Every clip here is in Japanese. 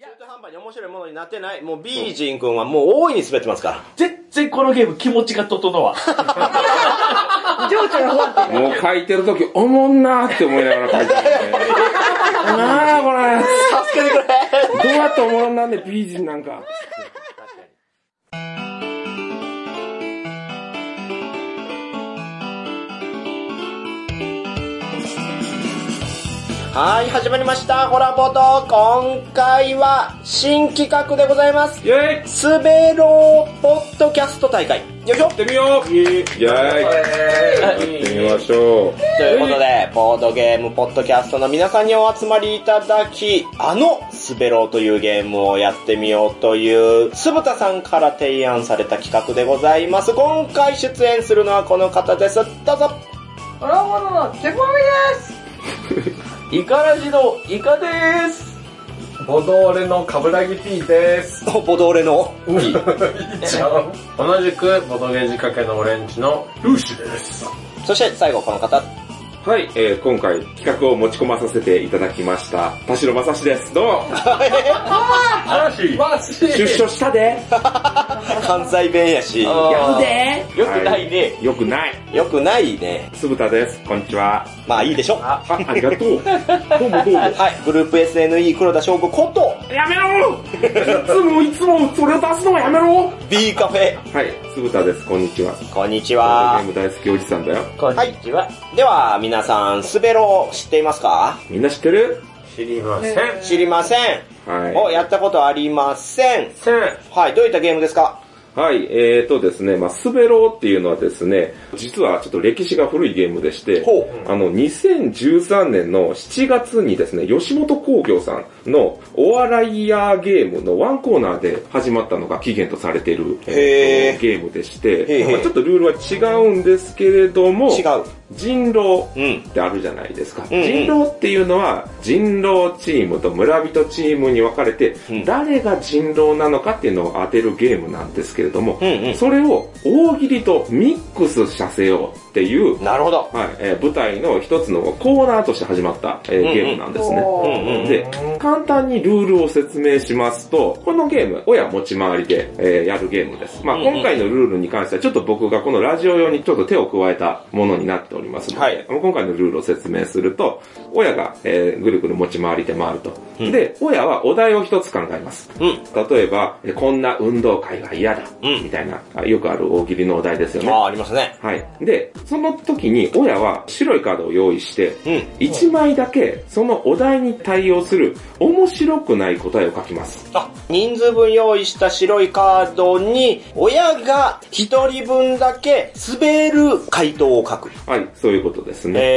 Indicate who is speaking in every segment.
Speaker 1: 中途半端に面白いものになってない。もうビージン君はもう大いに滑ってますか
Speaker 2: 全然このゲーム気持ちが整わん。
Speaker 3: 情緒が不安定。
Speaker 4: もう書いてるとき、おもんなーって思いながら書いてるんで。なあこれ。
Speaker 1: ら。助けてくれ
Speaker 4: どうやっておもろんなんで、ビージンなんか。
Speaker 1: はい、始まりました。ホラボート。今回は新企画でございます。
Speaker 4: イェイ
Speaker 1: スベローポッドキャスト大会。よいしょ
Speaker 4: やってみようイェーイやってみましょう。
Speaker 1: ということで、ボードゲームポッドキャストの皆さんにお集まりいただき、あのスベローというゲームをやってみようという、すぶたさんから提案された企画でございます。今回出演するのはこの方です。どうぞ
Speaker 3: ホラーモノのチェコミです。
Speaker 2: イカラジのイカでーす。
Speaker 5: ボドーレのカブラギ P です。
Speaker 1: おボドーレの、
Speaker 5: 同じくボドゲージかけのオレンジのルーシュです。
Speaker 1: そして最後この方、
Speaker 4: はい、えー今回企画を持ち込まさせていただきました、田代正史です。どうも
Speaker 5: 嵐
Speaker 2: マジ
Speaker 4: 出所したで
Speaker 1: 関西弁やし、
Speaker 2: やでよくないね。
Speaker 4: よくない。
Speaker 1: よくないね。
Speaker 4: つぶたです。こんにちは。
Speaker 1: まあいいでしょ。は
Speaker 4: あ、ありがとう。どうもどうも。
Speaker 1: い、グループ SNE 黒田翔吾こと、
Speaker 4: やめろいつもいつもそれを出すのはやめろ
Speaker 1: B カフェ。
Speaker 4: はい、つぶたです。こんにちは。
Speaker 1: こんにち
Speaker 4: ボー
Speaker 1: は
Speaker 4: ド。ゲーム大好きおじさんだよ。
Speaker 2: こんにちは。
Speaker 1: では、皆さん、スベロー知っていますか
Speaker 4: みんな知ってる
Speaker 5: 知りません。
Speaker 3: ね
Speaker 1: 知りません。
Speaker 4: は
Speaker 1: をやったことありません。
Speaker 5: せん。
Speaker 1: はい、どういったゲームですか
Speaker 4: い。はい、えーとですね、まあ、スベローっていうのはですね、実はちょっと歴史が古いゲームでして、
Speaker 1: ほ
Speaker 4: あの、2013年の7月にですね、吉本興業さんのお笑いやゲームのワンコーナーで始まったのが起源とされている、
Speaker 1: へー
Speaker 4: えーゲームでし
Speaker 1: へーへ
Speaker 4: て、
Speaker 1: ー
Speaker 4: まあちょっとルールは違うんですけれども、
Speaker 1: 違う。
Speaker 4: 人狼
Speaker 1: うん。
Speaker 4: ってあるじゃないですか。
Speaker 1: うんうん
Speaker 4: 人狼っていうのは、人狼チームと村人チームに分かれて、
Speaker 1: うん
Speaker 4: 誰が人狼なのかっていうのを当てるゲームなんですけれども、
Speaker 1: うんうん
Speaker 4: それを大喜利とミックスさせようっていう、
Speaker 1: なるほど。
Speaker 4: はいえー舞台の一つのコーナーとして始まった、えー
Speaker 1: うんうん
Speaker 4: ゲームなんですね。
Speaker 3: おー
Speaker 1: うんうん
Speaker 4: で、簡単にルールを説明しますと、このゲーム、親持ち回りで、えーやるゲームです。まあ
Speaker 1: うんうん
Speaker 4: 今回のルールに関しては、ちょっと僕がこのラジオ用にちょっと手を加えたものになっておりますので、
Speaker 1: はい
Speaker 4: 今回のルールを説明すると、親が、えーぐるぐる持ち回りで回ると。
Speaker 1: うん
Speaker 4: で、親はお題を一つ考えます。
Speaker 1: うん。
Speaker 4: 例えば、えーこんな運動会が嫌だ、
Speaker 1: うん
Speaker 4: みたいな、あよくある大喜利のお題ですよね。
Speaker 1: ああ、ありますね。
Speaker 4: はい。で、その時に親は白いカードを用意して、
Speaker 1: うん。
Speaker 4: 一枚だけそのお題に対応する面白くない答えを書きます。
Speaker 1: あ、人数分用意した白いカードに、親が一人分だけ滑る回答を書く。
Speaker 4: はい、そういうことですね。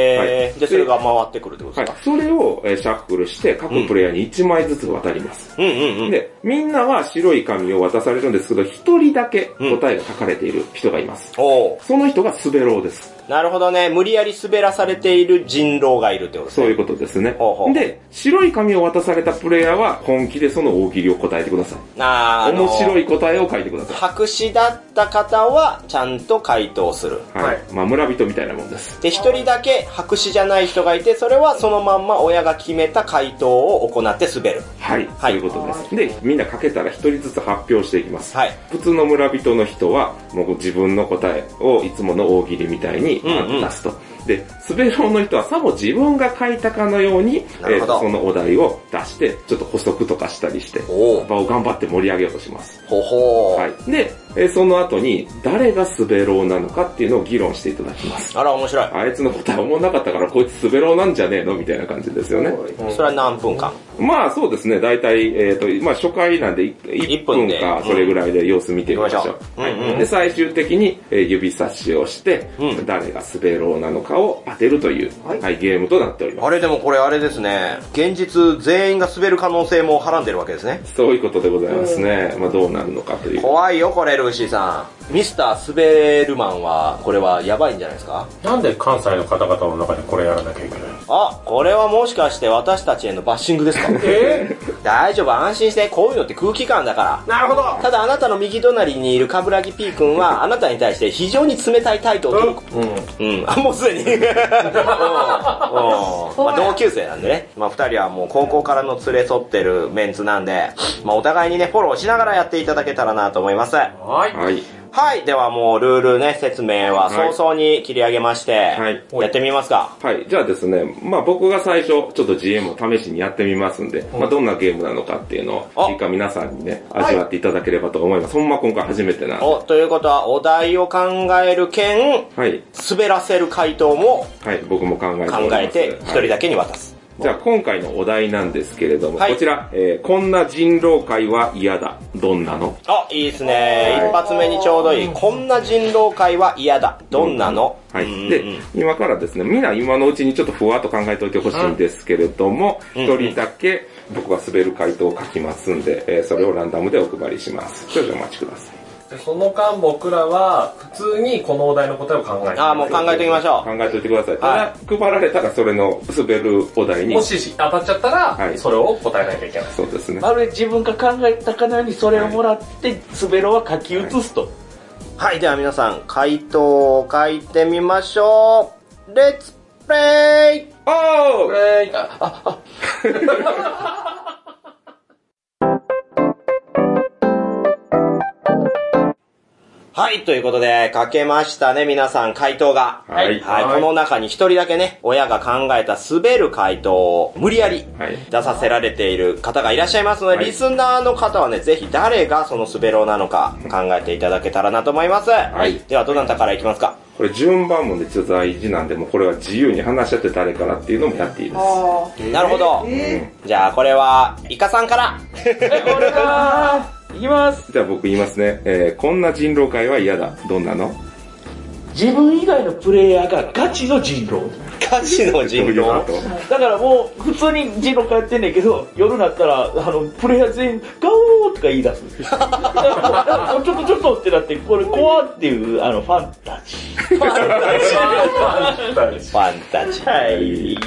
Speaker 1: えー、
Speaker 4: は
Speaker 1: で、
Speaker 4: い、
Speaker 1: それが回ってくるってこと
Speaker 4: は
Speaker 1: で
Speaker 4: い
Speaker 1: すか、
Speaker 4: それをえーシャッフルして各プレイヤーに1枚ずつ渡ります。
Speaker 1: うんうんうん。
Speaker 4: で、みんなは白い紙を渡されるんですけど、一人だけ答えが書かれている人がいます。
Speaker 1: おお
Speaker 4: その人がスベローです。
Speaker 1: なるほどね。無理やり滑らされている人狼がいるってことです
Speaker 4: そ
Speaker 1: ね。
Speaker 4: ういうことですね
Speaker 1: ほうほう。
Speaker 4: で、白い紙を渡されたプレイヤーは本気でその大喜利を答えてください。
Speaker 1: あーあの
Speaker 4: 面白い答えを書いてください。
Speaker 1: 白紙だった方は、ちゃんと回答する。
Speaker 4: は
Speaker 5: はいい。
Speaker 4: まあ村人みたいなもんです。
Speaker 1: で、一人だけ白紙じゃない人がいて、それはそのまんま親が決めた回答を行って滑る。
Speaker 4: はい。
Speaker 1: はい
Speaker 4: そういうことです。で、みんな書けたら一人ずつ発表していきます。
Speaker 1: はい。
Speaker 4: 普通の村人の人は、もう自分の答えをいつもの大喜利みたいに
Speaker 1: うんうん
Speaker 4: あの出すと。で、スベローの人はさも自分が書いたかのように、
Speaker 1: なるほど
Speaker 4: ーそのお題を出して、ちょっと補足とかしたりして、
Speaker 1: おお
Speaker 4: 場を頑張って盛り上げようとします。
Speaker 1: ほほー。
Speaker 4: はい。で、えーその後に、誰がスベローなのかっていうのを議論していただきます。
Speaker 1: あら、面白い。
Speaker 4: あいつの答え思んなかったから、こいつスベローなんじゃねえのみたいな感じですよね。
Speaker 1: それは何分間
Speaker 4: まあそうですね、大体、えっ、と、まあ初回なんでい1分
Speaker 1: で
Speaker 4: かそれぐらいで様子見てみましょ
Speaker 1: 行き
Speaker 4: う。
Speaker 1: ましょううんうん
Speaker 4: はいで、最終的に、えー指差しをして、
Speaker 1: うん
Speaker 4: 誰がスベローなのかを当てるという、はい、ゲームとなっておりま
Speaker 1: あれでもこれあれですね。現実全員が滑る可能性もはらんでるわけですね。
Speaker 4: す。そういうことでございますね。まあどうなるのかという。
Speaker 1: 怖いよ、これ、ルーシーさん。ミスター滑るマンは、これはやばいんじゃないですか
Speaker 5: なんで関西の方々の中でこれやらなきゃいけないの
Speaker 1: あ、これはもしかして私たちへのバッシングですか
Speaker 5: え
Speaker 1: 大丈夫、安心して、こういうのって空気感だから。
Speaker 5: なるほど
Speaker 1: ただあなたの右隣にいるカブラギ P 君は、あなたに対して非常に冷たい態度を取る。うん、あ、もうすでに。うんうんまあ同級生なんでね。まあ二人はもう高校からの連れ添ってるメンツなんで、まあお互いにね、フォローしながらやっていただけたらなと思います。
Speaker 5: はい。
Speaker 4: はい。
Speaker 1: はい、ではもうルールね、説明は早々に切り上げまして、
Speaker 4: はい
Speaker 1: やってみますか。
Speaker 4: はい。じゃあですね、まあ僕が最初、ちょっと GM を試しにやってみますんで、まあどんなゲームなのかっていうの
Speaker 1: あ
Speaker 4: を、一回皆さんにね、味わっていただければと思います。ほんま今回初めてなんで。
Speaker 1: お、ということはお題を考える兼、
Speaker 4: はい。
Speaker 1: 滑らせる回答も
Speaker 4: はい。僕も考えておりま
Speaker 1: 考
Speaker 4: す
Speaker 1: えて一人だけに渡す。
Speaker 4: じゃあ今回のお題なんですけれども、
Speaker 1: はい
Speaker 4: こちら、えーこんな人狼会は嫌だ。どんなの
Speaker 1: あ、いいですね。
Speaker 4: はい
Speaker 1: 一発目にちょうどいい。こんな人狼会は嫌だ。どんなの、
Speaker 4: はい、
Speaker 1: うんうんうん
Speaker 4: で、今からですね、みんな今のうちにちょっとふわっと考えておいてほしいんですけれども、
Speaker 1: うん
Speaker 4: 一人だけ僕が滑る回答を書きますんで、えーそれをランダムでお配りします。少々お待ちください。
Speaker 5: でその間僕らは普通にこのお題の答えを考えて
Speaker 1: あーもう考えておきましょ
Speaker 4: 考えておいてください。ただ、配られたらそれの滑るお題に。
Speaker 5: もし当たっちゃった
Speaker 4: は
Speaker 5: ら、
Speaker 4: い
Speaker 5: それを答えなきゃいけない。
Speaker 4: そうですね。
Speaker 2: まるで自分が考えたかのようにそれをもらって、スベロは書き写すと。
Speaker 1: うはい、では皆さん、回答を書いてみましょう。レッツプレイ
Speaker 4: おー
Speaker 5: えー、あ
Speaker 1: はい、ということで、書けましたね、皆さん、回答が。
Speaker 4: はい
Speaker 1: はい、
Speaker 5: は
Speaker 1: こ
Speaker 5: い
Speaker 1: の中に一人だけね、親が考えた滑る回答を無理やり
Speaker 4: はい。
Speaker 1: 出させられている方がいらっしゃいますので、
Speaker 4: はい
Speaker 1: リスナーの方はね、ぜひ誰がその滑ろうなのか考えていただけたらなと思います。
Speaker 4: い
Speaker 1: では、どなたからいきますか
Speaker 4: これ順番もね、ちょっと大事なんで、もうこれは自由に話し合って誰からっていうのもやっていいです。
Speaker 3: あ
Speaker 1: なるほど。
Speaker 3: ー。え
Speaker 1: じゃあ、これは、イカさんから。
Speaker 2: はい、俺がーいきます。
Speaker 4: じゃあ僕言いますね。えーこんな人狼会は嫌だ。どんなの
Speaker 2: 自分以外のプレイヤーがガチの人狼。
Speaker 1: ガチの人狼。
Speaker 4: どういうこ
Speaker 2: だからもう、普通に人狼やってんねんけど、夜になったら、あの、プレイヤー全員、ガオーとか言い出す。 だからもうちょっとちょっとってなって、これ怖っていう、あの、ファンタジ
Speaker 1: ファンタジー。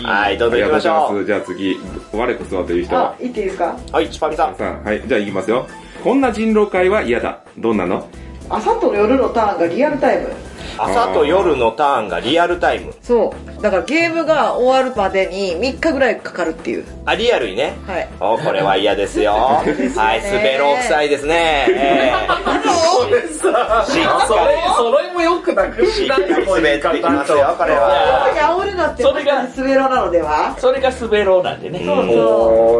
Speaker 4: はい
Speaker 1: はい、ど
Speaker 4: と
Speaker 1: んどん行きまし
Speaker 4: ありがと
Speaker 1: ょ
Speaker 4: うございます。じゃあ次、我こそはという
Speaker 3: ー、
Speaker 4: 人
Speaker 3: あ
Speaker 4: は、。
Speaker 3: いいっていうか。
Speaker 1: う。はい、チパミさん。
Speaker 4: さん、はい。じゃあ行きますよ。こんな人狼会は嫌だ。どんなの
Speaker 3: 朝と夜のターンがリアルタイム。
Speaker 1: 朝と夜のターンがリアルタイム。
Speaker 3: そう。だからゲームが終わるまでに3日ぐらいかかるっていう。
Speaker 1: あ、リアルにね。
Speaker 3: はい。
Speaker 1: お、これは嫌です よ。はい、滑ろう臭いですね。え
Speaker 5: これさ、そ
Speaker 1: しっ
Speaker 5: れ
Speaker 1: かり、
Speaker 5: それもよくなくし
Speaker 1: え
Speaker 5: な
Speaker 1: しっかり滑ってきますよ、これは。
Speaker 3: 特に煽るなって、
Speaker 2: それが
Speaker 3: スベロなのでは
Speaker 2: ー。それがスベロなんでね。
Speaker 3: そうそ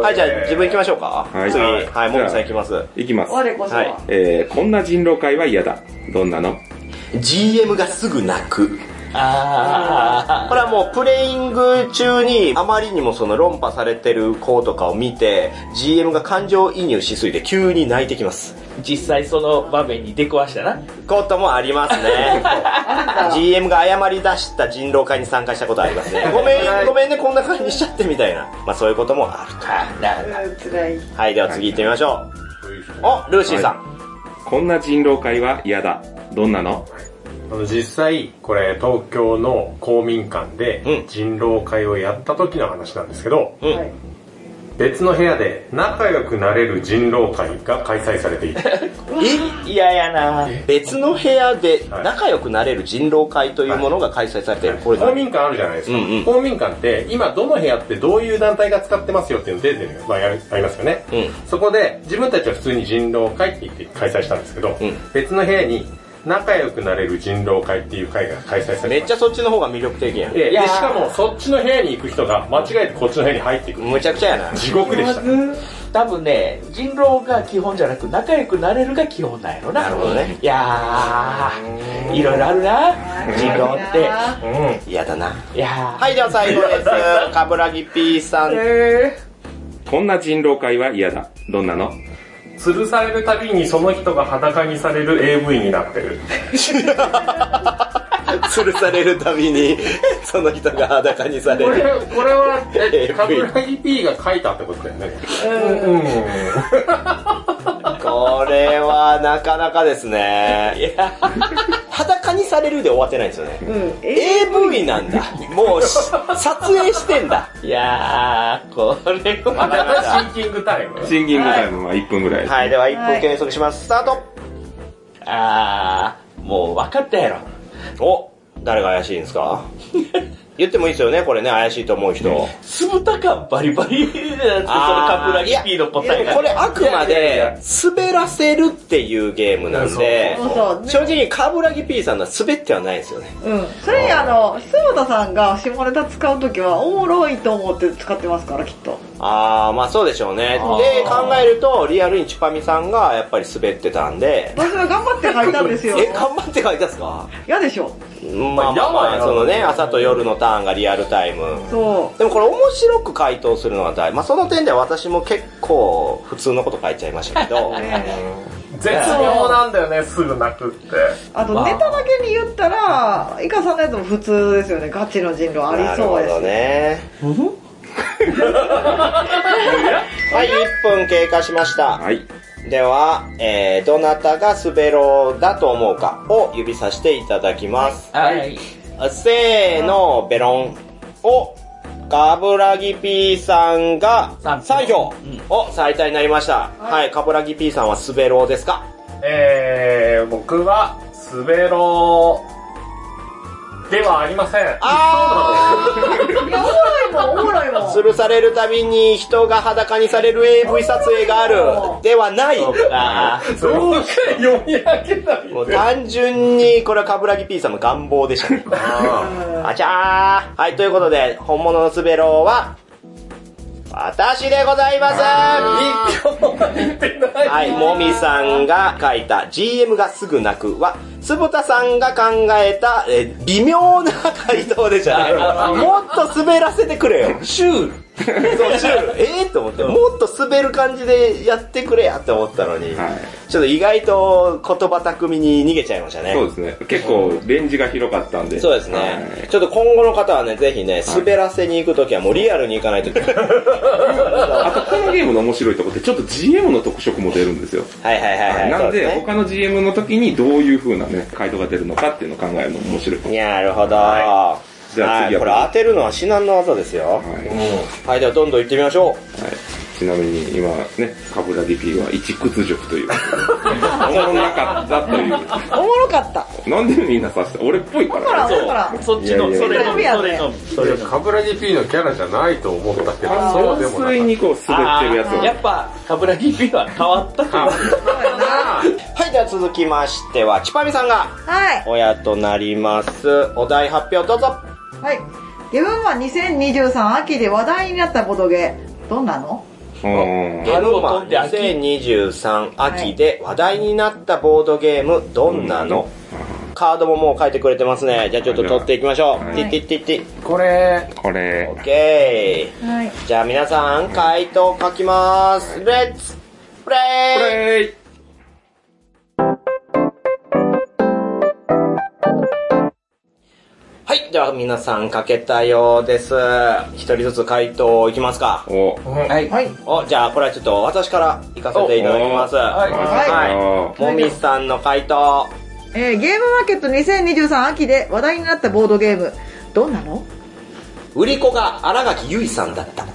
Speaker 3: う。
Speaker 1: はい、じゃあ自分行きましょうか。
Speaker 4: はい
Speaker 1: 次、
Speaker 4: はい
Speaker 1: はい、ももさん行きます。
Speaker 4: いきます。
Speaker 3: 我こそ
Speaker 1: はい
Speaker 3: は。
Speaker 4: えーこんな人狼会は嫌だ。どんなの
Speaker 1: GM がすぐ泣く。
Speaker 2: あ
Speaker 1: これはもうプレイング中にあまりにもその論破されてる子とかを見て GM が感情移入しすぎて急に泣いてきます。
Speaker 2: ー実際その場面に出くわしたな。
Speaker 1: こともありますね。GM が謝り出した人狼会に参加したことありますね。ごめん、ごめんね、こんな感じにしちゃってみたいな。まあそういうこともあると。
Speaker 3: うん辛い。
Speaker 1: はい、では次行ってみましょう。お、ルーシーさん。
Speaker 4: こんな人狼会は嫌だ。どんなの
Speaker 5: あの実際、これ東京の公民館
Speaker 1: う
Speaker 5: で
Speaker 1: ん
Speaker 5: 人狼会をやった時の話なんですけど、
Speaker 1: うん
Speaker 3: はい。
Speaker 5: 別の部屋で仲良くなれる人狼会が開催されていた。
Speaker 2: 嫌やな
Speaker 1: 別の部屋で仲良くなれる人狼会というものが開催されている。 これ
Speaker 5: 公民館あるじゃないですか、
Speaker 1: うんうん
Speaker 5: 公民館って今どの部屋ってどういう団体が使ってますよっていうの出てるよ、まあ、やるありますよね、
Speaker 1: う
Speaker 5: そこで自分たちは普通に人狼会って言って開催したんですけど、
Speaker 1: うん
Speaker 5: 別の部屋に仲良くなれる人狼会っていう会が開催さ
Speaker 1: め
Speaker 5: れ
Speaker 1: っち
Speaker 5: て
Speaker 1: ゃそっちの方が魅力的やん。
Speaker 5: ええ
Speaker 2: いや
Speaker 5: で
Speaker 2: ー
Speaker 5: しかもそっちの部屋に行く人が間違えてこっちの部屋に入ってくる
Speaker 1: むちゃくちゃやな。
Speaker 5: 地獄でした
Speaker 2: 多分ね、人狼が基本じゃなく仲良くなれるが基本なんやろな。
Speaker 1: なるほどね。
Speaker 2: いやー、いろいろあるな、人狼って。
Speaker 5: うん
Speaker 1: 嫌だな。
Speaker 2: いやー、
Speaker 1: はい、では最後 です。カブラギ P さん。
Speaker 3: え
Speaker 4: こんな人狼会は嫌だ。どんなの
Speaker 5: 吊るされるたびにその人が裸にされる AV になってる
Speaker 1: 吊るされるたびに、 その人が裸にされ
Speaker 5: これ
Speaker 1: る。
Speaker 5: これはえ
Speaker 1: AV
Speaker 5: 冠城 P が書いたってことだよねうん
Speaker 1: これはなかなかですね。
Speaker 2: いや
Speaker 1: 裸カにされるで終わってないんですよね。
Speaker 3: うん。え
Speaker 1: AV なんだ。もうし、撮影してんだ。
Speaker 2: いやー、これは。
Speaker 5: シンキングタイム。
Speaker 4: シンキングタイムは1分ぐらいです。
Speaker 1: はい、では1分計測します。スタート
Speaker 2: あー、もう分かったやろ。
Speaker 1: お、誰が怪しいんです か言ってもいいですよね、これね、怪しいと思う人。
Speaker 2: 酢豚感バリバリで、そのカプラギピーの答え
Speaker 1: いや
Speaker 2: が。
Speaker 1: これあくま
Speaker 5: いやいやい
Speaker 1: で滑らせるっていうゲームなんで
Speaker 3: そうそう、
Speaker 1: 正直カブラギ P さんのは滑ってはないですよね。
Speaker 3: うん。それにあの、須田さんが下ネタ使うときはおもろいと思って使ってますから、きっと。
Speaker 1: あー、まあそうでしょうね。で、
Speaker 2: あー
Speaker 1: 考えると、リアルにチュパミさんがやっぱり滑ってたんで、
Speaker 3: 私は頑張って書いたんです
Speaker 1: え
Speaker 3: よ。、
Speaker 1: 頑張って書いたんですか
Speaker 3: 嫌でしょ。
Speaker 1: まあまあ
Speaker 5: やばい
Speaker 1: まあ、
Speaker 5: な
Speaker 1: そのね、朝と夜のターンがリアルタイム。
Speaker 3: そ
Speaker 1: でもこれ面白く回答するのが大事。まあその点では私も結構普通のこと書いちゃいましたけど
Speaker 3: う。、ね
Speaker 5: 絶妙なんだよね、すぐ泣くって。
Speaker 3: あと、ネタだけに言ったら、イカさんのやつも普通ですよね。ガチの人狼ありそう
Speaker 1: なるほ
Speaker 3: で
Speaker 1: ど
Speaker 3: す。
Speaker 1: ね。はい、1分経過しました。
Speaker 4: はい。
Speaker 1: では、えー、どなたがスベロだと思うかを指さしていただきます。
Speaker 2: はい。
Speaker 1: せーの、ベロン。お、カブラギ P さんが
Speaker 2: 三
Speaker 1: 3票
Speaker 2: 票。
Speaker 1: お、最多になりました。
Speaker 3: はい
Speaker 1: はい、カブラギ P さんはスベロですか
Speaker 5: えー、僕は、スベローではありません。
Speaker 1: あ
Speaker 3: いや、おもろいもん、おもろいもん。
Speaker 1: 吊るされるたびに人が裸にされる AV 撮影がある。ではない。
Speaker 2: あー、
Speaker 5: どうして読み上げない
Speaker 1: もう単純に、これはカブラギ P さんの願望でしたね。あちゃーはい、ということで、本物のスベローは、私でございますは
Speaker 5: 一票は言ってない。
Speaker 1: い、もみさんが書いた GM がすぐ泣くは、坪田さんが考えた、えー微妙な回答でしたね。もっと滑らせてくれよ。シュール。そう、シュール。えー、と思って、もっと滑る感じでやってくれやって思ったのに、
Speaker 4: は
Speaker 1: ちょっと意外と言葉巧みに逃げちゃいましたね。
Speaker 4: い。そうですね。結構、レンジが広かったんで。
Speaker 1: そうですね、ちょっと今後の方はね、ぜひね、滑らせに行くときはもうリアルに行かないと。はい
Speaker 4: はい。あと、このゲームの面白いとこって、ちょっと GM の特色も出るんですよ。
Speaker 1: はいはいはい。
Speaker 4: なんで、
Speaker 1: そうすね
Speaker 4: 他の GM の時にどういう風なね、回答が出るのかっていうのを考えるのも面白いと思
Speaker 1: い
Speaker 4: い
Speaker 1: やなるほど。
Speaker 4: は
Speaker 1: はい、
Speaker 4: じゃあ次は
Speaker 1: これ当てるのは至難の技ですよ
Speaker 4: ま。す。はい。
Speaker 5: う
Speaker 4: はい。
Speaker 1: はい、ではどんどん行ってみましょ
Speaker 4: ちなみに、今ね、カブラディ P は一屈辱という。おもんなかったという。
Speaker 3: おもろかった。
Speaker 4: なんでみんな刺した俺っぽいか
Speaker 3: ほら、
Speaker 4: ら。
Speaker 3: ほら。
Speaker 2: そっちの、
Speaker 4: いやいや
Speaker 2: それのみ、
Speaker 3: いや
Speaker 2: それのみ、そ
Speaker 5: ん。い
Speaker 2: れ
Speaker 5: や
Speaker 2: のみ。
Speaker 5: カブラギ P のキャラじゃないと思ったけど、そうでも
Speaker 4: 純
Speaker 5: な
Speaker 4: 粋
Speaker 5: い。
Speaker 4: にこう滑ってるやつを。
Speaker 2: やっぱ、カブラギピーは変わったと思う。
Speaker 1: う。はい、では続きましては、チパミさんが
Speaker 3: はい。
Speaker 1: 親となります。お題発表どうぞ。
Speaker 3: はい。ゲームは2023秋で話題になったボドゲ。どんなの
Speaker 4: うん
Speaker 1: ゲルマ2023秋で話題になったボードゲーム、どんなの、カードももう書いてくれてますね。じゃあちょっと取っていきましょう。
Speaker 4: はい
Speaker 1: ティッティッティッティ。
Speaker 5: これ、
Speaker 4: これ
Speaker 1: オ、ッケ
Speaker 3: はい。
Speaker 1: ー。じゃあ皆さん、回答書きます。レッツプ
Speaker 4: こ
Speaker 1: レイ
Speaker 4: れ、
Speaker 1: はい、では皆さん書けたようです。一人ずつ回答いきますか。
Speaker 4: お、
Speaker 5: はい。
Speaker 3: はい。
Speaker 1: お、じゃあこれはちょっと私から行かせていただきます。
Speaker 4: お
Speaker 5: はい
Speaker 1: は。
Speaker 4: はい
Speaker 1: もみさんの回答。
Speaker 3: えーゲームマーケット2023秋で話題になったボードゲーム。どんなの
Speaker 1: 売り子が荒垣結衣さんだった。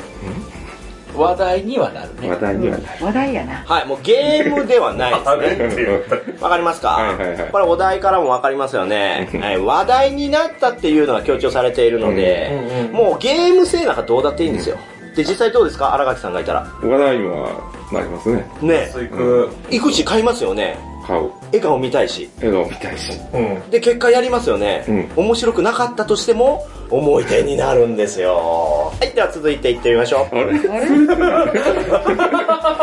Speaker 2: 話題にはなる
Speaker 4: い。
Speaker 2: ね。
Speaker 4: 話題にはない。
Speaker 3: 話題 やな。
Speaker 1: はい、もうゲームではないですね。 わかりますか、
Speaker 4: はいはいはい
Speaker 1: これお題からもわかりますよ ね、はい。話題になったっていうのは強調されているので、
Speaker 5: うんうん
Speaker 1: もうゲーム性なんかどうだっていいんですよ。で、実際どうですか荒垣さんがいたら。
Speaker 4: 話題にはなりますね。
Speaker 1: ね
Speaker 5: いく。
Speaker 1: 行くし買いますよね。
Speaker 4: 買う。
Speaker 1: 笑顔見たいし。
Speaker 4: 笑顔見たいし。
Speaker 5: うん。
Speaker 1: で、結果やりますよね。
Speaker 4: う
Speaker 1: 面白くなかったとしても、思い出になるんですよ。はい、では続いていってみましょ
Speaker 4: あれ
Speaker 3: あれ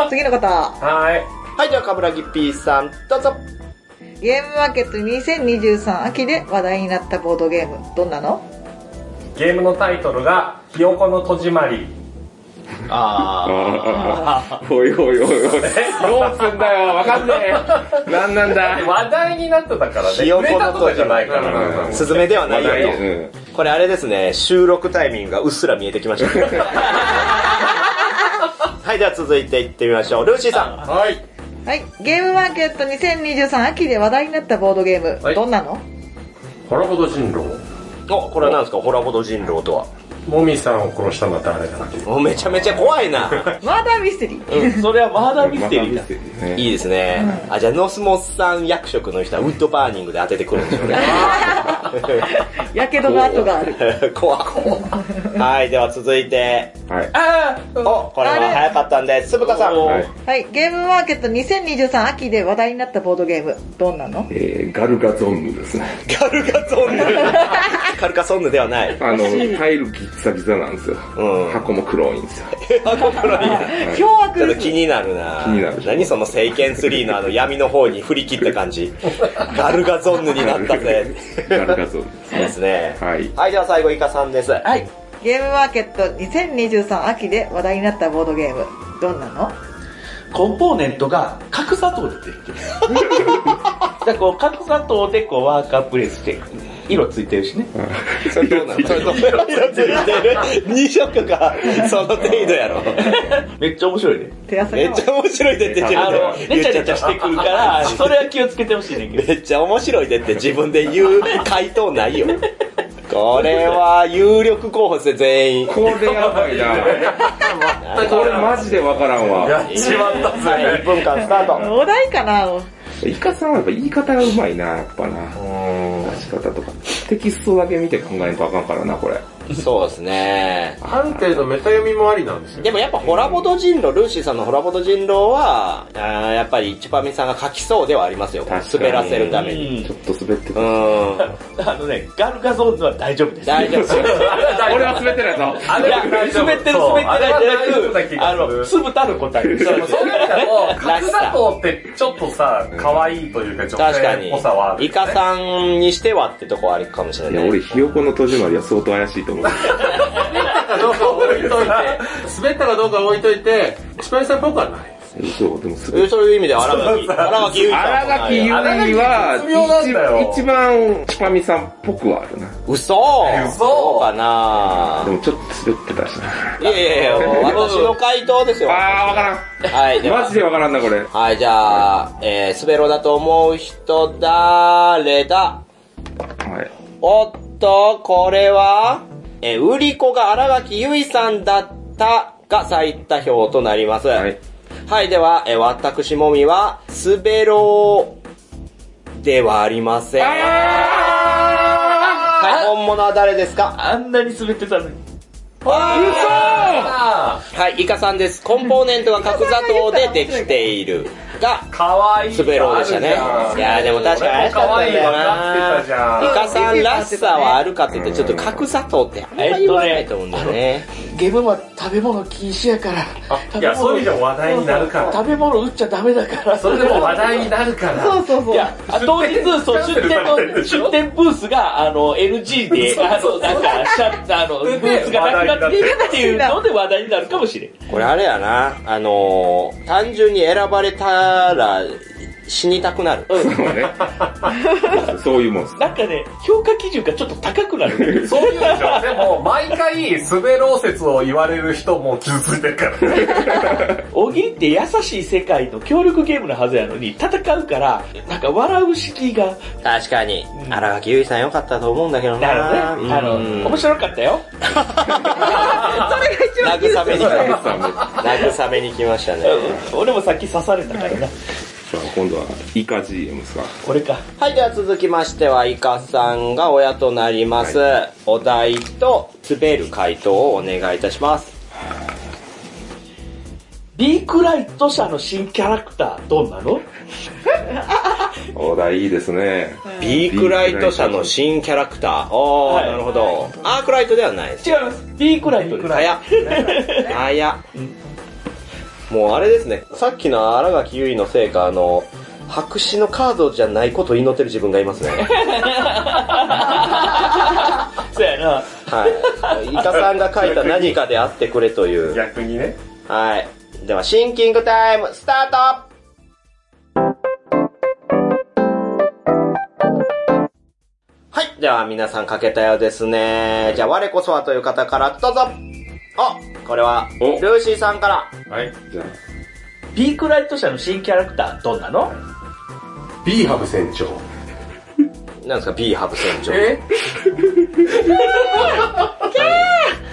Speaker 3: 次の方。
Speaker 5: は
Speaker 1: う。
Speaker 5: い。
Speaker 1: はい、では、かぶらぎ P さん、どうぞ。
Speaker 3: ゲームマーケット2023秋で話題になったボードゲーム。どんなの
Speaker 5: ゲームのタイトルが、ひよこの戸締まり。
Speaker 4: あ
Speaker 2: あ
Speaker 4: ああ、 おいおいおいおい。どうすんだよ、わかんねえ。なんなんだ。
Speaker 5: 話題になってたからね。
Speaker 1: ひよこの戸締まり
Speaker 5: 売れたとかじゃないから。
Speaker 1: スズメではな
Speaker 4: 話
Speaker 1: いよと。
Speaker 4: 題、うん。
Speaker 1: これあれですね、収録タイミングがうっすら見えてきま した、はい、では続いていってみましょう。ルーシーさ
Speaker 5: はい。
Speaker 3: はい。ゲームマーケット2023秋で話題になったボードゲーム。
Speaker 5: はい
Speaker 3: どんなの
Speaker 5: ホラボド人狼。
Speaker 1: お、これは何ですかホラボド人狼とは。
Speaker 5: モミさんを殺したのは誰だっけ
Speaker 1: おめちゃめちゃ怖いな。
Speaker 3: マーダーミステリー。
Speaker 2: うん、それはマーダーミステリー
Speaker 4: ミ
Speaker 2: だ
Speaker 4: ス。テリー ね。
Speaker 1: いいですね。あ、じゃあ、ノスモスさん役職の人はウッドバーニングで当ててくるんでしょう ね。
Speaker 3: やけどの跡がある。
Speaker 1: 怖はい、では続いて。
Speaker 4: はい。
Speaker 2: あ
Speaker 1: お、これは早かったんで、つぶたさん。
Speaker 4: はい
Speaker 3: はい、ゲームマーケット2023秋で話題になったボードゲーム。どんなの
Speaker 4: えー、ガルガゾンヌですね。
Speaker 1: カルカソ ンヌ。カルカソンヌでは ない。
Speaker 4: あの、タイルギッザギザなんですよ。
Speaker 1: うん
Speaker 4: 箱も黒いんですよ。
Speaker 3: 凶悪
Speaker 1: ちょっと
Speaker 3: で
Speaker 1: 気
Speaker 3: す。
Speaker 1: になるな
Speaker 4: 気になる
Speaker 1: 何その聖剣3のあの闇の方に振り切った感 じ。ガルガゾンヌになったぜ。
Speaker 4: ガルガゾンヌです
Speaker 1: そうですね。
Speaker 4: はい
Speaker 1: はい、では最後、イカさんです。はい。
Speaker 3: ゲームマーケット2023秋で話題になったボードゲーム。どんなの
Speaker 2: コンポーネントが角砂糖でで きてる。だからこう角砂糖でこうワーカープレイしていく。色ついてるしね。
Speaker 1: それどうな のそれどうなの色ついてる ?2 色か、その程度や ろ。
Speaker 2: めっちゃ面白いね。
Speaker 3: 手遊
Speaker 1: め
Speaker 3: び
Speaker 1: っちゃ面白いでって自
Speaker 2: あ
Speaker 1: 分で
Speaker 2: の、
Speaker 1: 言
Speaker 2: ね
Speaker 1: っ
Speaker 2: ち
Speaker 1: ちゃ
Speaker 2: ゃね
Speaker 1: っ
Speaker 2: ちゃ
Speaker 1: た
Speaker 2: してくるから、それは気をつけてほしいねんけど。
Speaker 1: めっちゃ面白いでって自分で言う回答ない よ。これは有力候補ですね、全員。
Speaker 4: これやばいな これマジでわからんわ。
Speaker 5: やっちまった
Speaker 1: はい、1
Speaker 5: ぜ。
Speaker 1: 分間スタート。
Speaker 3: お題かな
Speaker 4: イカさんはやっぱ言い方がうまいな、やっぱな。出し方とか。テキストだけ見て考えんとあかんからな、これ。
Speaker 1: そうですね。
Speaker 5: ある程度メタ読みもありなんですよ。
Speaker 1: でもやっぱホラボド人狼、ルーシーさんのホラボド人狼は、あーやっぱりチュパミさんが書きそうではありますよ。
Speaker 4: 確かに
Speaker 1: 滑らせるために。
Speaker 4: ちょっと滑って
Speaker 1: う
Speaker 4: た。
Speaker 1: ん。
Speaker 2: あのね、ガルガゾーンズは大丈夫です。
Speaker 1: 大丈夫ですよ。
Speaker 4: 俺は滑ってないぞ。
Speaker 2: いや、滑ってる滑ってないじゃなく、あ
Speaker 5: あ
Speaker 2: の、
Speaker 5: の、
Speaker 2: 酢豚の答え。
Speaker 5: そうそういう意味だと、
Speaker 1: らしさ
Speaker 5: 角砂糖ってちょっとさ、可愛いというか、女
Speaker 1: 確か
Speaker 5: 性っぽさはある
Speaker 1: に。イ
Speaker 5: よね。
Speaker 1: カさんにしてはってとこはあるかもしれ
Speaker 4: い
Speaker 1: な
Speaker 4: や、
Speaker 1: い。
Speaker 4: 俺、ひよこの戸締まりは相当怪しいと思う。
Speaker 5: どうか置いといて、滑ったかどうか置いといて、千葉さんっぽくはない。
Speaker 4: そう、でも滑
Speaker 1: え
Speaker 4: る。
Speaker 1: そういう意味では荒垣。荒垣結衣さん
Speaker 4: 荒
Speaker 1: もない
Speaker 4: 垣結衣
Speaker 5: 荒垣絶妙なんだ
Speaker 4: は
Speaker 5: よ
Speaker 4: 一、一番、チュパミさんっぽくはあるな。
Speaker 1: 嘘
Speaker 5: 嘘
Speaker 1: そうかな
Speaker 4: でもちょっと滑ってたしな。
Speaker 1: いやいやい や、私の回答ですよ。
Speaker 4: あー、わからん。
Speaker 1: はい、では
Speaker 4: マジでわからんな、これ。
Speaker 1: はい、じゃあ、えー、スベロだと思う人、だーれだ
Speaker 4: はい。
Speaker 1: おっと、これは、えー、ウリコが荒垣結衣さんだったが最多票となります。は
Speaker 4: はいい、。
Speaker 1: では、えー、私もみは、スベロではありません。はい、本物は誰ですか
Speaker 2: あんなに滑ってたのに。
Speaker 1: は
Speaker 5: あ
Speaker 1: い、イカさんです。コンポーネントが角砂糖でできている。が、
Speaker 5: ー可愛い
Speaker 1: スベローでしたね。いやーでも確かに怪しか
Speaker 5: 可
Speaker 1: った
Speaker 5: 愛
Speaker 1: ん
Speaker 5: い
Speaker 1: だよ
Speaker 5: わかってたじ
Speaker 1: な。イ
Speaker 5: ゃん。
Speaker 1: カさんらしさはあるかって言って、ちょっと角砂糖ってあんまり言わないと思うんだよね。
Speaker 2: ゲームは食べ物禁止やから。
Speaker 5: いや、そういう意味でも話題になるから。
Speaker 2: 食べ物売っちゃダメだから。
Speaker 5: それでも話題になるから。
Speaker 3: そうそうそう。
Speaker 2: いや、あ当日、そう、出店の、出店ブースが、あの、NG で、あの、なんか、シャッターの、ブースがなくなっているっていうので話題になるかもしれん。
Speaker 1: これあれやな、あのー、単純に選ばれたら死にたくなる。
Speaker 4: そうね。 そういうもんっす。
Speaker 2: なんかね、評価基準がちょっと高くなるね。
Speaker 5: そういうんでしょ。でも、毎回、スベロー説を言われる人も傷ついてるから。
Speaker 2: 大喜利って優しい世界の協力ゲームのはずやのに、戦うから、なんか笑う敷居が、
Speaker 1: 確かに、荒垣結衣さん良かったと思うんだけどな。
Speaker 2: なるほどね。あの、
Speaker 1: うん
Speaker 2: 面白かったよ。
Speaker 1: 慰めに来ました。
Speaker 4: さあ
Speaker 1: 慰めに来ましたね。
Speaker 2: 俺もさっき刺されたからな。
Speaker 4: 今度は、イカ GM ですか。
Speaker 2: 俺か。
Speaker 1: はい、では続きましては、イカさんが親となります。お題と、滑る回答をお願いいたします。
Speaker 2: リークライト社の新キャラクター、どんなの
Speaker 4: お題いいですね。
Speaker 1: ビークライト社の新キャラクター。おー、
Speaker 2: はい
Speaker 1: なるほど。アークライトではないです。
Speaker 2: 違います。リークライトです。
Speaker 1: 早っ。 早っ。もうあれですね、さっきの荒垣結衣のせいか、あの、白紙のカードじゃないことを祈ってる自分がいますね。
Speaker 2: そうやな。
Speaker 1: はい。イカさんが書いた何かであってくれという。
Speaker 5: 逆にね。
Speaker 1: はい。では、シンキングタイム、スタートはい。では、皆さん書けたようですね。じゃあ、我こそはという方から、どうぞおこれは、ル
Speaker 4: お
Speaker 1: ーシーさんから。
Speaker 5: はい。
Speaker 4: じゃあ、
Speaker 2: ビークライト社の新キャラクター、どんなの
Speaker 5: ビーハブ船長。
Speaker 1: なんですか、B ハブ船長。
Speaker 5: え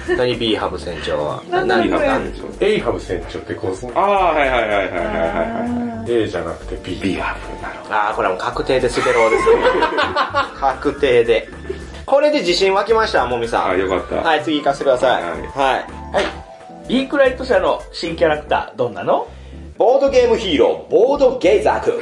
Speaker 1: 何 何 B ハブ船長は。
Speaker 3: なんだ
Speaker 1: 何
Speaker 3: これ
Speaker 1: な
Speaker 5: エイハブ船長ってこうすん
Speaker 4: ああ、はいはいはいはいはいはいはい。
Speaker 5: A じゃなくて B。
Speaker 4: ビアフなるほ
Speaker 1: あー、これはもう確定で滑ろうですね。確定で。これで自信湧きました、もみさ
Speaker 4: ど。
Speaker 1: ん。
Speaker 4: あーよかった。
Speaker 1: はい、次行かせてください。
Speaker 4: はい
Speaker 1: はい。
Speaker 2: イークライト社の新キャラクター、どんなの
Speaker 1: ボードゲームヒーロー、ボードゲイザーくん。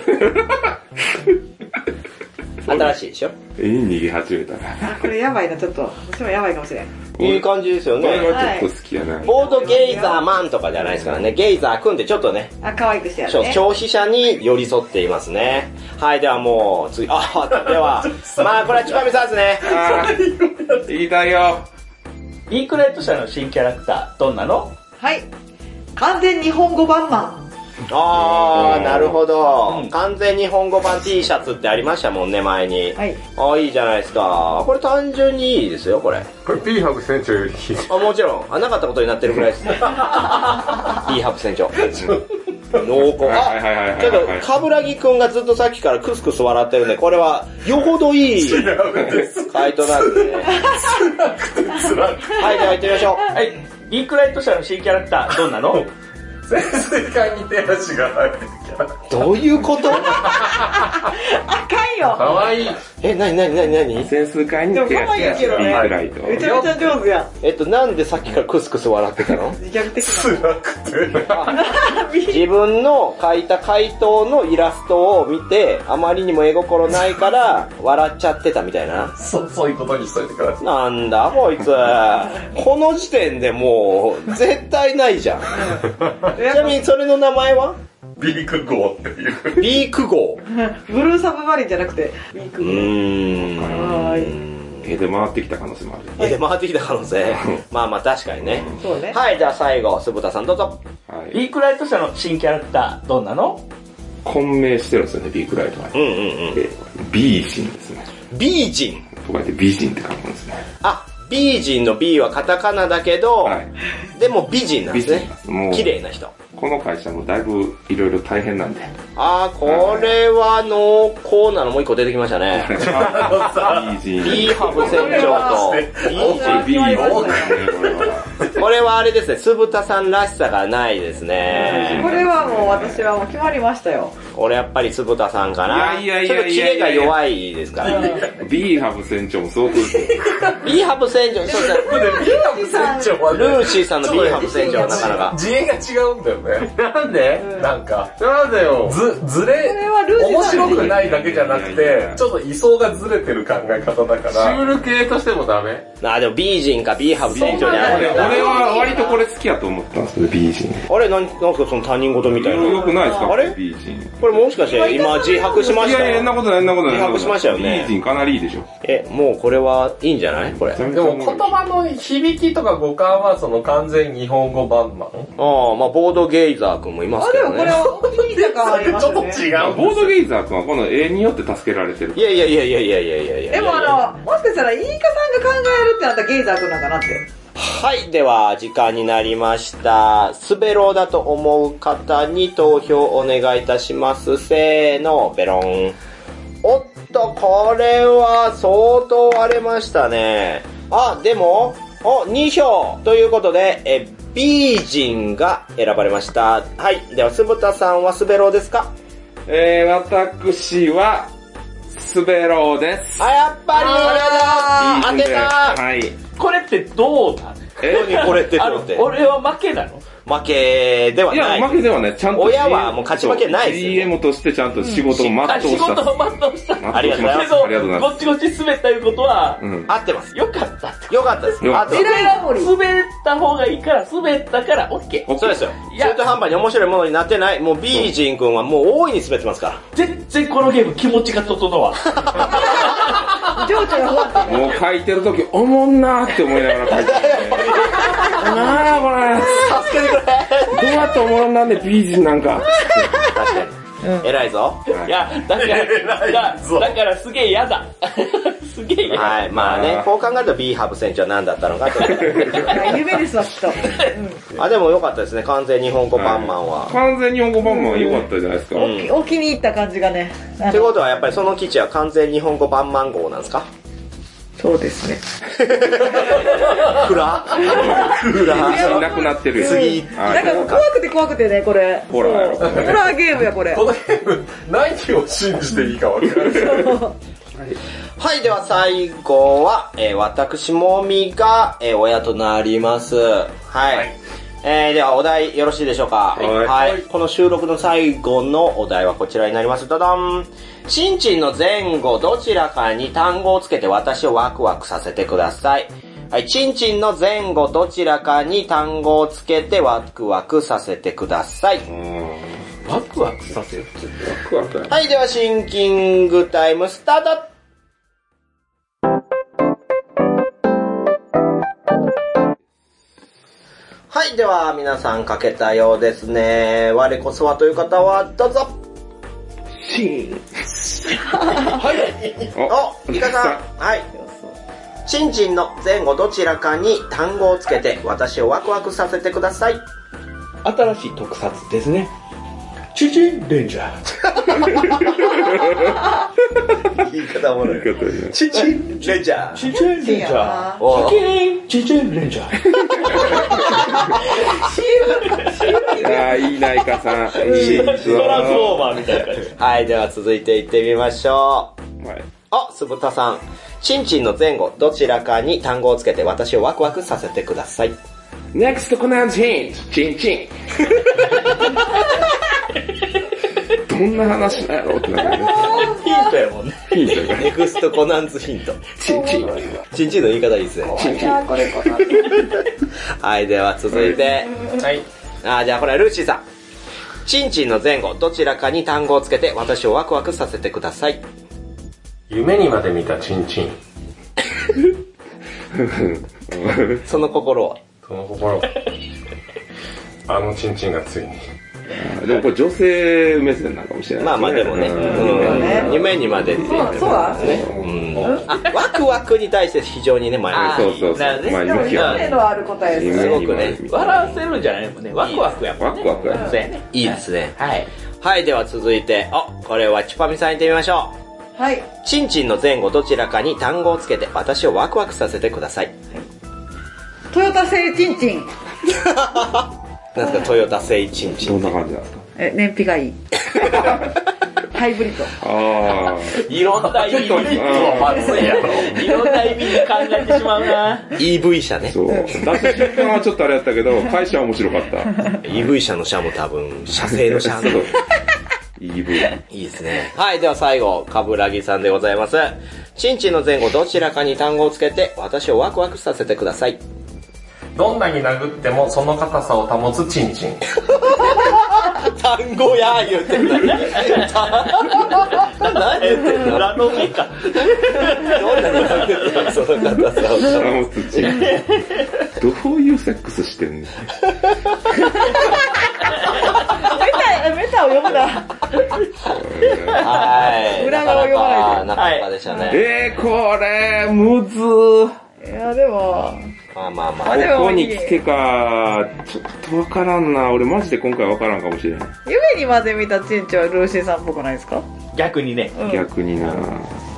Speaker 1: 新しいでしょ
Speaker 4: いい逃げ始めたな。
Speaker 3: あ、これやばいな、ちょっと。私もやばいかもしれん。
Speaker 1: いい感じですよ
Speaker 4: これ
Speaker 1: ね。
Speaker 4: はちょっと好きやな。
Speaker 1: ボードゲイザーマンとかじゃないですからね。ゲイザーくんってちょっとね、
Speaker 3: あ、可愛くしてや
Speaker 1: 消
Speaker 3: るね。
Speaker 1: 消費者に寄り添っていますね。はい、ではもう、次、あ、では、まあこれはチュパミさんですね。
Speaker 4: あーいいだよ。
Speaker 2: イークライト社の新キャラクター、どんなの
Speaker 3: はい。完全日本語版マ
Speaker 1: あー、
Speaker 4: うん
Speaker 1: なるほど
Speaker 2: う。ん
Speaker 1: 完全日本語版 T シャツってありましたもんね、前に
Speaker 3: ン。。はい。
Speaker 1: あー、いいじゃないですか。これ単純にいいですよ、これ。
Speaker 5: これ B ハブ船長より
Speaker 1: あ、もちろん。あ、なかったことになってるくらい ですね。いいハプ船長。濃厚。
Speaker 4: はいはいはいはい
Speaker 1: あ、
Speaker 4: はい
Speaker 1: けど、かぶらぎくんがずっとさっきからクスクス笑ってるんで、これは、よほど いい回答なんでね。はい、では行ってみましょう。
Speaker 2: はい。イークライト社の新キャラクター、どんな の
Speaker 5: 潜水艦に手足が入ってるキャラ。
Speaker 1: どういうこと
Speaker 3: 赤いよ
Speaker 5: かわいい。
Speaker 1: え、なになになになに
Speaker 4: 潜水艦に
Speaker 3: でも
Speaker 4: 手
Speaker 3: 可
Speaker 4: 足
Speaker 3: 愛
Speaker 4: が
Speaker 3: い
Speaker 4: ビ
Speaker 3: けどね
Speaker 4: ークライト。
Speaker 3: めちゃめちゃ上手やん。
Speaker 1: えっと、なんでさっきからクスクス笑ってたの
Speaker 3: 自虐的な。
Speaker 5: 辛く て。
Speaker 1: 自分の書いた回答のイラストを見て、あまりにも絵心ないから、笑っちゃってたみたいな。
Speaker 5: そ、そういうことにしといてください。
Speaker 1: なんだこいつ。この時点でもう、絶対ない じゃん。ちなみにそれの名前は
Speaker 5: ビーク号っていう。
Speaker 1: ビーク号。
Speaker 3: ブルーサブマリンじゃなくて、ウィーク
Speaker 1: うーん。
Speaker 3: はー
Speaker 4: 手で回ってきた可能性もある。
Speaker 1: え、で、回ってきた可能性。まあまあ確かにね。
Speaker 3: そうね。
Speaker 1: はい、じゃあ最後、鈴田さんどうぞ。
Speaker 4: は
Speaker 2: イ
Speaker 4: い。
Speaker 2: ークライト社の新キャラクター、どんなの
Speaker 4: 混迷してるんですよね、ビークライトは
Speaker 1: う。んうん
Speaker 4: で美人ですね。
Speaker 1: うん。美人。
Speaker 4: こうやって美人って書くんですね。
Speaker 1: あ、美人の B はカタカナだけど、
Speaker 4: はい。
Speaker 1: でも美人なんです
Speaker 4: 美人
Speaker 1: ね
Speaker 4: ですも。う
Speaker 1: 綺麗な人。
Speaker 4: この会社もだいぶいろいろ大変なんで。
Speaker 1: あー、これは濃厚なのもう一個出てきましたね。
Speaker 4: 美人。
Speaker 1: B ハブ船長と B
Speaker 4: 美人。
Speaker 1: これはあれですね、鈴田さんらしさがないですね。
Speaker 3: これはもう私はもう決まりましたよ。
Speaker 1: 俺やっぱり鈴田さんかな。
Speaker 4: いやいやいやいやいや
Speaker 1: ちょっとキレが弱いですから。
Speaker 4: B ハブ船長も相当。
Speaker 1: B ハブ船長、そうですね。
Speaker 5: ビーハブ船長は
Speaker 1: ルーシーさんの B ハブ船長はなかなか。
Speaker 5: 字絵が違うんだよね。なんでなんか。
Speaker 4: なんだよ。
Speaker 5: ず、ずれ、
Speaker 3: れはルーシー
Speaker 5: 面
Speaker 3: さん
Speaker 5: 白くないだけじゃなく
Speaker 4: いやいやい
Speaker 5: て
Speaker 4: や、
Speaker 5: ちょっと位相がずれてる考え方だか
Speaker 6: シュ
Speaker 5: ら
Speaker 6: ー、ル系としてもダメ
Speaker 1: あー、でも B 人か B ハブ船長にあ
Speaker 4: 俺
Speaker 1: れた。
Speaker 4: は割とこれ好きやと思ったんですけど、美人。
Speaker 1: あれ、なんなんすかその他人事みたいな。
Speaker 4: よくないですか
Speaker 1: あれ
Speaker 4: 美人。
Speaker 1: これもしかして今自白しま
Speaker 4: い
Speaker 1: した
Speaker 4: やいや、そんなことない、そんなことない。
Speaker 1: 自白しましたよね
Speaker 4: 美人かなりいいでしょ。
Speaker 1: え、もうこれはいいんじゃないこれ。あ
Speaker 5: でも言葉の響きとか語感はその完全日本語版マン。
Speaker 1: あ、まあボードゲイザー君もいま
Speaker 3: あ、
Speaker 1: すけ
Speaker 3: で
Speaker 1: の
Speaker 3: もこれ
Speaker 1: ね。
Speaker 3: は大きい高ありま
Speaker 5: ちょ
Speaker 3: す
Speaker 5: っと違うんで
Speaker 3: ね。
Speaker 5: すよ
Speaker 4: ボードゲイザー君はこの絵によって助けられてる
Speaker 1: い。やいやいやいやいやいやいやいや。
Speaker 3: でもあの、もしかしたら、イーカさんが考えるってなったらゲイザー君なんかなって。
Speaker 1: はい、では時間になりました。スベローだと思う方に投票お願いいたします。せーの、ベロン。おっと、これは相当荒れましたね。あ、でも、お、2票ということで、え、B 人が選ばれました。はい、では、すぶたさんはスベローですか
Speaker 4: えー、私は、スベローです。
Speaker 1: あ、やっぱり
Speaker 4: い
Speaker 1: 俺
Speaker 4: いで
Speaker 1: だ当て
Speaker 4: すね
Speaker 1: た
Speaker 4: はい。
Speaker 2: これってどうなの
Speaker 4: え
Speaker 1: 何これって
Speaker 2: あ
Speaker 1: 思
Speaker 2: の
Speaker 1: って。、
Speaker 2: 俺は負けなの
Speaker 1: 負けではいな
Speaker 4: や、
Speaker 1: い。
Speaker 4: 負けではね、ちゃんと。
Speaker 1: 親はもう勝ち負けないですよね
Speaker 4: GM としてちゃんと仕事を全
Speaker 2: あ
Speaker 4: う
Speaker 2: 仕
Speaker 4: した。
Speaker 2: 事を全うした。
Speaker 4: 全うしました
Speaker 1: ありがとうございます
Speaker 2: け
Speaker 4: ありがとうござ
Speaker 2: ど、
Speaker 4: い
Speaker 2: ご
Speaker 4: ま
Speaker 2: っちごっち滑ったいうことは
Speaker 4: す。、うん。
Speaker 1: 合ってます。
Speaker 2: 良かったって。
Speaker 1: よかったです。
Speaker 4: よか
Speaker 1: あ
Speaker 4: った
Speaker 1: と
Speaker 3: 時代守り。
Speaker 2: 滑った方がいいから、滑ったから、オッケー。
Speaker 1: そうですよ。
Speaker 2: いや
Speaker 1: 中途半端に面白いものになってない。もう B 人君はもう大いに滑ってますか
Speaker 2: 全然このゲーム気持ちが整わん。
Speaker 3: 情緒が不安定。
Speaker 4: もう書いてるとき、おもんなーって思いながら書いて る、ね。なあこ
Speaker 1: ら。助けてくれ
Speaker 4: れ。どうやっておもんなんで美人なんか。
Speaker 1: 確かに。偉いぞ。
Speaker 2: いや、だから、だだからすげえ嫌だ。 すげえ。
Speaker 1: はい、まあね、こう考えるとビーハブ選手は何だったのかと。
Speaker 3: や夢ですわ、きっと。うん
Speaker 1: あ、でも良かったですね、完全日本語パンマンは。
Speaker 4: 完全日本語バンマン良かったじゃないですか。
Speaker 1: うん
Speaker 3: お気お気に入った感じがね。あ
Speaker 1: って
Speaker 3: の
Speaker 1: ことはやっぱりその基地は完全日本語パンマン号なんですか
Speaker 3: そうですね。
Speaker 1: 暗暗
Speaker 4: なくなってるよ。
Speaker 1: 次
Speaker 4: は
Speaker 3: ないんか怖くて怖くてね、これ。
Speaker 4: ホラーやろ
Speaker 3: そうホラーゲームや、これ。
Speaker 5: このゲーム、 何を信じていいかわからない。
Speaker 1: はい、では最後は、えー私もみが、えー親となります。はい。
Speaker 5: はい
Speaker 1: えーではお題よろしいでしょうか
Speaker 4: はい
Speaker 1: この収録の最後のお題はこちらになります。ダダンちんちんの前後どちらかに単語をつけて私をワクワクさせてください。はい、ちんちんの前後どちらかに単語をつけてワクワクさせてください。
Speaker 4: うん
Speaker 5: ワクワクさせるっていう
Speaker 4: ワクワクや
Speaker 1: はい、ではシンキングタイムスタートはい、では皆さん書けたようですね。我こそはという方はどうぞお、イカさん。はい。チンチンの前後どちらかに単語をつけて私をワクワクさせてくだ さい。
Speaker 2: 新しい特撮ですね。チュチュレンジャー。
Speaker 1: 言い方もない。
Speaker 4: 言い方いいね
Speaker 1: チンチンレンジャー。
Speaker 2: チュチュレンジャー。
Speaker 1: お
Speaker 2: キーンチュチュレンジャー。
Speaker 4: あーいいな、イカさん。いい
Speaker 2: トランスフォーマーみたいな感じ。
Speaker 1: はい、では続いていってみましょう。
Speaker 4: はい
Speaker 1: あ、すぶたさん。ちんちんの前後、どちらかに単語をつけて私をワクワクさせてください。
Speaker 4: NEXT コナンチンチンチンどんな話なんやろうってなるよね。
Speaker 2: ヒントやもんね。
Speaker 4: いいじゃない
Speaker 1: ネクストコナンズヒン ト。
Speaker 4: チンチン。
Speaker 1: ちんちんの言い方いいですね。
Speaker 4: チンチン。
Speaker 1: はい、では続いて。
Speaker 5: はい。
Speaker 1: あ、じゃあこれはルーシーさん。ちんちんの前後、どちらかに単語をつけて私をワクワクさせてください。
Speaker 5: 夢にまで見たチンチン。
Speaker 1: その心は。
Speaker 5: その心。あのチンチンがついに。
Speaker 4: でもこれ女性目線なのかもしれない、
Speaker 1: まあまあでもね。うん夢にまでって言って
Speaker 3: そうなんですね。
Speaker 1: うんあ、ワクワクに対して非常にね、前向
Speaker 4: そうそうそう。
Speaker 2: なるほどね
Speaker 4: まあ
Speaker 3: でも
Speaker 4: 今
Speaker 3: 夢
Speaker 4: 今
Speaker 3: のある答えです
Speaker 1: す
Speaker 3: ね。
Speaker 1: ごくね
Speaker 2: 笑わせるんじゃないもんね。ワクワクやもんね。
Speaker 4: ワクワクや
Speaker 2: そうやね。
Speaker 1: き。いいですね。
Speaker 2: はい。
Speaker 1: はい、では続いて、あ、これはチュパミさん行ってみましょう。
Speaker 3: はい。
Speaker 1: ちんちんの前後どちらかに単語をつけて私をワクワクさせてください。
Speaker 3: トヨタ製チンチン。
Speaker 1: なんですか、トヨタ製ちんちん。
Speaker 4: どんな感じなんですか
Speaker 3: え、燃費が いい。ハイブリッド。
Speaker 4: あ
Speaker 2: いろんな意味に、
Speaker 4: あ。うん
Speaker 2: いろんな意味に考えてしまうな。
Speaker 1: EV 車ね。
Speaker 4: そう。出す瞬間はちょっとあれやったけ ど、会社は面白かった。
Speaker 1: EV 車の車も多分、車製の車
Speaker 4: そ
Speaker 1: の
Speaker 4: う。。EV。
Speaker 1: いいですね。はい、では最後、かぶらぎさんでございます。ちんちんの前後どちらかに単語をつけて私をワクワクさせてください。
Speaker 5: どんなに殴ってもその硬さを保つチンチン。
Speaker 1: 単語やー言って んだ。何言ってんの
Speaker 2: 裏の目か。
Speaker 1: どんなに殴ってもその方さを
Speaker 4: あもう土どういうセックスしてんの
Speaker 3: メタ、メタを読むな。
Speaker 1: はい。
Speaker 3: 裏側を読ま
Speaker 1: なかなかなかなかでしたね。
Speaker 4: えー、これ、むずー。
Speaker 3: いや、でも、
Speaker 1: まあまあまあ
Speaker 3: あ。でも
Speaker 4: ここに来てか、ちょっとわからんな。俺マジで今回わからんかもしれない。
Speaker 3: 夢にまで見たチンチンはルーシーさんっぽくないですか
Speaker 2: 逆にね。
Speaker 3: うん
Speaker 4: 逆にな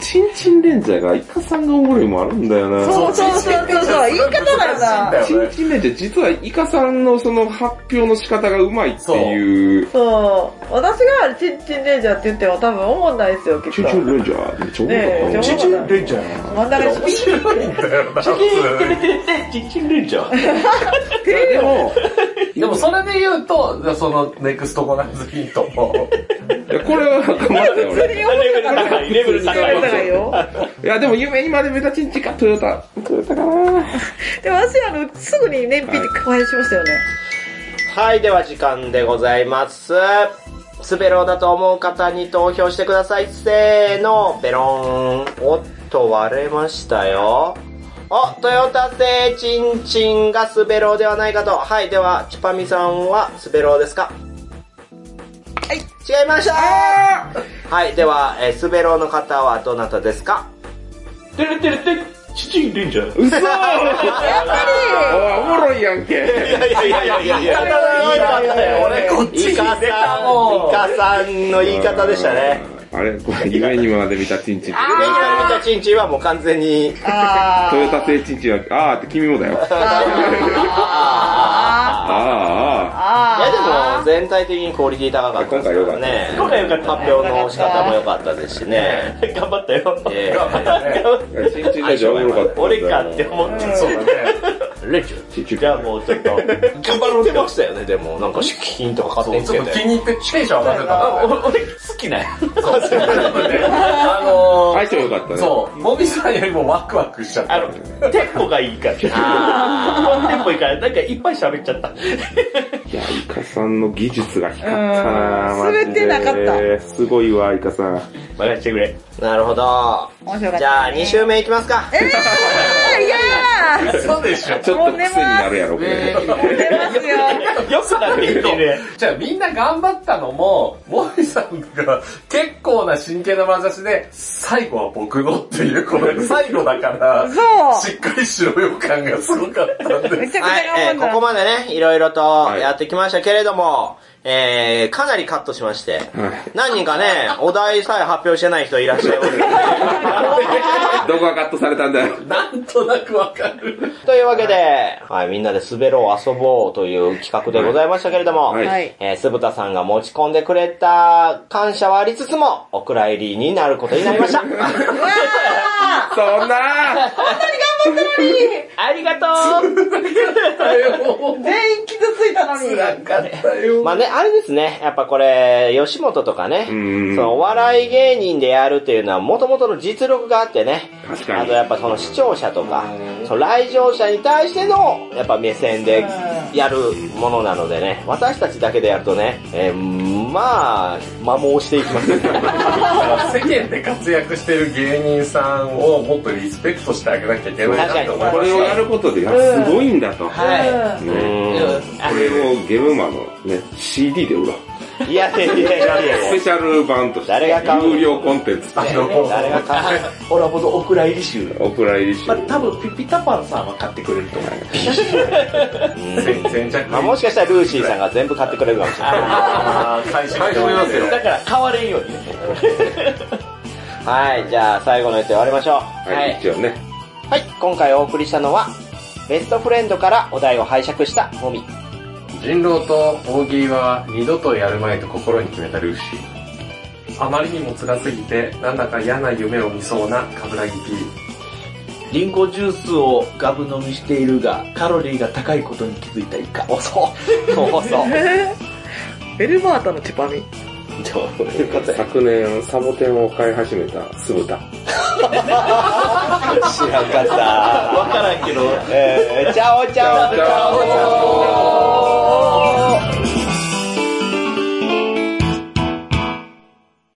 Speaker 4: チンチンレンジャーがイカさんがおもろいもあるんだよな。
Speaker 3: そうそうそうそうそう、言い方だよな。
Speaker 4: チンチンレンジャー実はイカさんのその発表の仕方がうまいっていう。
Speaker 3: そう、私がチンチンレンジャーって言っても多分思んないですよ、きっ
Speaker 4: チ
Speaker 3: と
Speaker 4: ンチ。ンレンジャーめっちゃ
Speaker 3: ね
Speaker 4: おもろ
Speaker 3: え
Speaker 4: かったな。
Speaker 3: ちょ
Speaker 2: チ
Speaker 4: チ
Speaker 2: ン
Speaker 4: ンチ
Speaker 2: チ
Speaker 4: ン
Speaker 2: ンレンジャー。チキンレンジャー。チキンレ
Speaker 3: 真ん中にピン
Speaker 2: ンジャー。
Speaker 4: いやでも、
Speaker 5: でもそれで言うと、そのネクストコナンズヒントも。
Speaker 4: いやこれは頑張ったよ俺。
Speaker 2: レベル高い、レベル高い。
Speaker 3: 高いよ。
Speaker 4: いやでも夢にまで目立ちんちか、トヨタ。トヨタかな
Speaker 3: でも私、あの、すぐに燃費に加えしましたよね。
Speaker 1: はい、では時間でございます。スベローだと思う方に投票してください。せーの、ベローン。おっと、割れましたよ。お、トヨタ製チンチンがスベローではないかと。はい、では、チュパミさんはスベローですかはい、違いましたはい、では、えースベローの方はどなたですか
Speaker 2: てれてれて、父レンジャー。
Speaker 4: 嘘やっおもろいやんけ。
Speaker 1: いやいやいやいやいや。言い方よ、俺こっちイカさん、イカさんの言い方でしたね。
Speaker 4: あれ、これ夢にまで見たチンチ
Speaker 1: メイ
Speaker 4: ン。
Speaker 1: カのたちんちはもう完全に、
Speaker 3: あ
Speaker 4: トヨタ製チンチンは、あーって君もだよ。
Speaker 3: あ
Speaker 4: あーあ
Speaker 3: あ
Speaker 1: いやでも全体的にクオリティ高かったですからね。
Speaker 4: 今
Speaker 2: 回良かった
Speaker 1: 発表の仕方も良かったですしね。
Speaker 2: 頑張ったよ。
Speaker 1: え
Speaker 4: ーあー。チンチンでしょ、おもろかった。
Speaker 2: 俺かって思って。
Speaker 5: そうだね。
Speaker 1: レジュ
Speaker 4: チンチン。
Speaker 2: じゃあもうちょっと。
Speaker 1: 頑張ろうってましたよね、でも。なんか、資金とか勝
Speaker 5: そ
Speaker 1: 手
Speaker 5: う
Speaker 1: につ
Speaker 5: ち
Speaker 1: け
Speaker 5: ょっと気
Speaker 1: て。
Speaker 5: に入ってテンション上がってた
Speaker 2: あ
Speaker 5: な
Speaker 2: お俺好きなんや。
Speaker 5: そうそうあの
Speaker 4: 相性良かった
Speaker 5: ー、
Speaker 4: ね。
Speaker 5: そう、モビさんよりもワクワクしちゃっ
Speaker 2: あ
Speaker 5: た。
Speaker 2: の、テンポがいいから。
Speaker 1: あ
Speaker 2: テンポいいから、なんかいっぱい喋っちゃった。
Speaker 4: いや、イカさんの技術が光ったな
Speaker 3: うん
Speaker 4: マジで
Speaker 3: 滑ってな
Speaker 4: すごいわ、イカさん。
Speaker 2: 任してくれ。
Speaker 1: なるほど。
Speaker 3: 面白かったね
Speaker 1: じゃあ、2周目いきますか。
Speaker 3: いやー
Speaker 5: そうでしょ。
Speaker 4: ちょっと癖になるやろ、これ。
Speaker 3: 出ますよ。
Speaker 2: よくなってきてる。
Speaker 5: じゃあみんな頑張ったのも、モビさんが結構な真剣な眼差しで、最後は僕のっていう、これ最後だから、
Speaker 3: そう
Speaker 5: しっかりしろよ感がすごかったんで
Speaker 3: め
Speaker 5: す。
Speaker 3: ちゃく
Speaker 1: は
Speaker 3: ちゃ
Speaker 1: い、え
Speaker 3: 頑
Speaker 1: ーこ
Speaker 3: 張
Speaker 1: こ
Speaker 3: っ
Speaker 1: までね、いろいろとやってきましたけれども、えー、かなりカットしまして、
Speaker 4: はい
Speaker 1: 何人かね、お題さえ発表してない人いらっしゃいます、
Speaker 4: どこがカットされたんだよ。
Speaker 5: なんとなくわかる。
Speaker 1: というわけで、はい、みんなで滑ろう遊ぼうという企画でございましたけれども、
Speaker 4: はい
Speaker 3: た。はい。
Speaker 1: えー、鈴田さんが持ち込んでくれた感謝はありつつも、お蔵入りになることになりま した。
Speaker 3: うわー
Speaker 4: そんな
Speaker 3: 本当に頑張ったのに
Speaker 1: ありがとう
Speaker 3: 全員傷ついたのに。
Speaker 5: 辛かったよ。
Speaker 1: まあね、あれですね。やっぱこれ、吉本とかね、そ
Speaker 4: うん
Speaker 1: のお笑い芸人でやるっていうのは、元々の実力があってね。
Speaker 4: 確かに
Speaker 1: あとやっぱその視聴者とか、その来場者に対しての、やっぱ目線でやるものなのでね、私たちだけでやるとね、えーまあ、摩耗していきます。
Speaker 5: 世間で活躍してる芸人さんをもっとリスペクトしてあげなきゃいけないなって思いま
Speaker 4: これをやることで、いやすごいんだと。
Speaker 1: は
Speaker 4: ねこれをゲームマンのね、CD で売ろう。
Speaker 1: い。いやいやいやい
Speaker 4: ス
Speaker 1: やい
Speaker 4: ペ
Speaker 1: や。
Speaker 4: シャル版として、
Speaker 1: 誰が買う
Speaker 4: 有料コンテンツとして、
Speaker 1: 誰が買う
Speaker 2: 俺はほどお蔵入り集。
Speaker 4: お蔵入りし
Speaker 2: まあ
Speaker 4: よう
Speaker 2: 多分ピピタパンさんは買ってくれると思う。
Speaker 1: うん
Speaker 5: す。先着。
Speaker 1: まあもしかしたらルーシーさんが全部買ってくれるかもしれない。
Speaker 5: あー、最初に思いますよ。
Speaker 2: だから買われんようにね。
Speaker 1: はい、じゃあ最後のやつ終わりましょう。
Speaker 4: はい、一応ね。
Speaker 1: はい、今回お送りしたのは、ベストフレンドからお題を拝借したもみ。
Speaker 5: 人狼と大喜利は二度とやるまいと心に決めたルーシー。あまりにも辛すぎて、なんだか嫌な夢を見そうなカブラギ P。
Speaker 2: リンゴジュースをガブ飲みしているが、カロリーが高いことに気づいたイカ。
Speaker 1: 遅そう。遅そう。
Speaker 3: ベルバータのチュパミ。
Speaker 1: どういうことや
Speaker 4: 昨年、サボテンを買い始めた酢豚。
Speaker 1: 知らんかった。
Speaker 2: わからんけど、
Speaker 1: えー、チャオチャオチャオチャオ。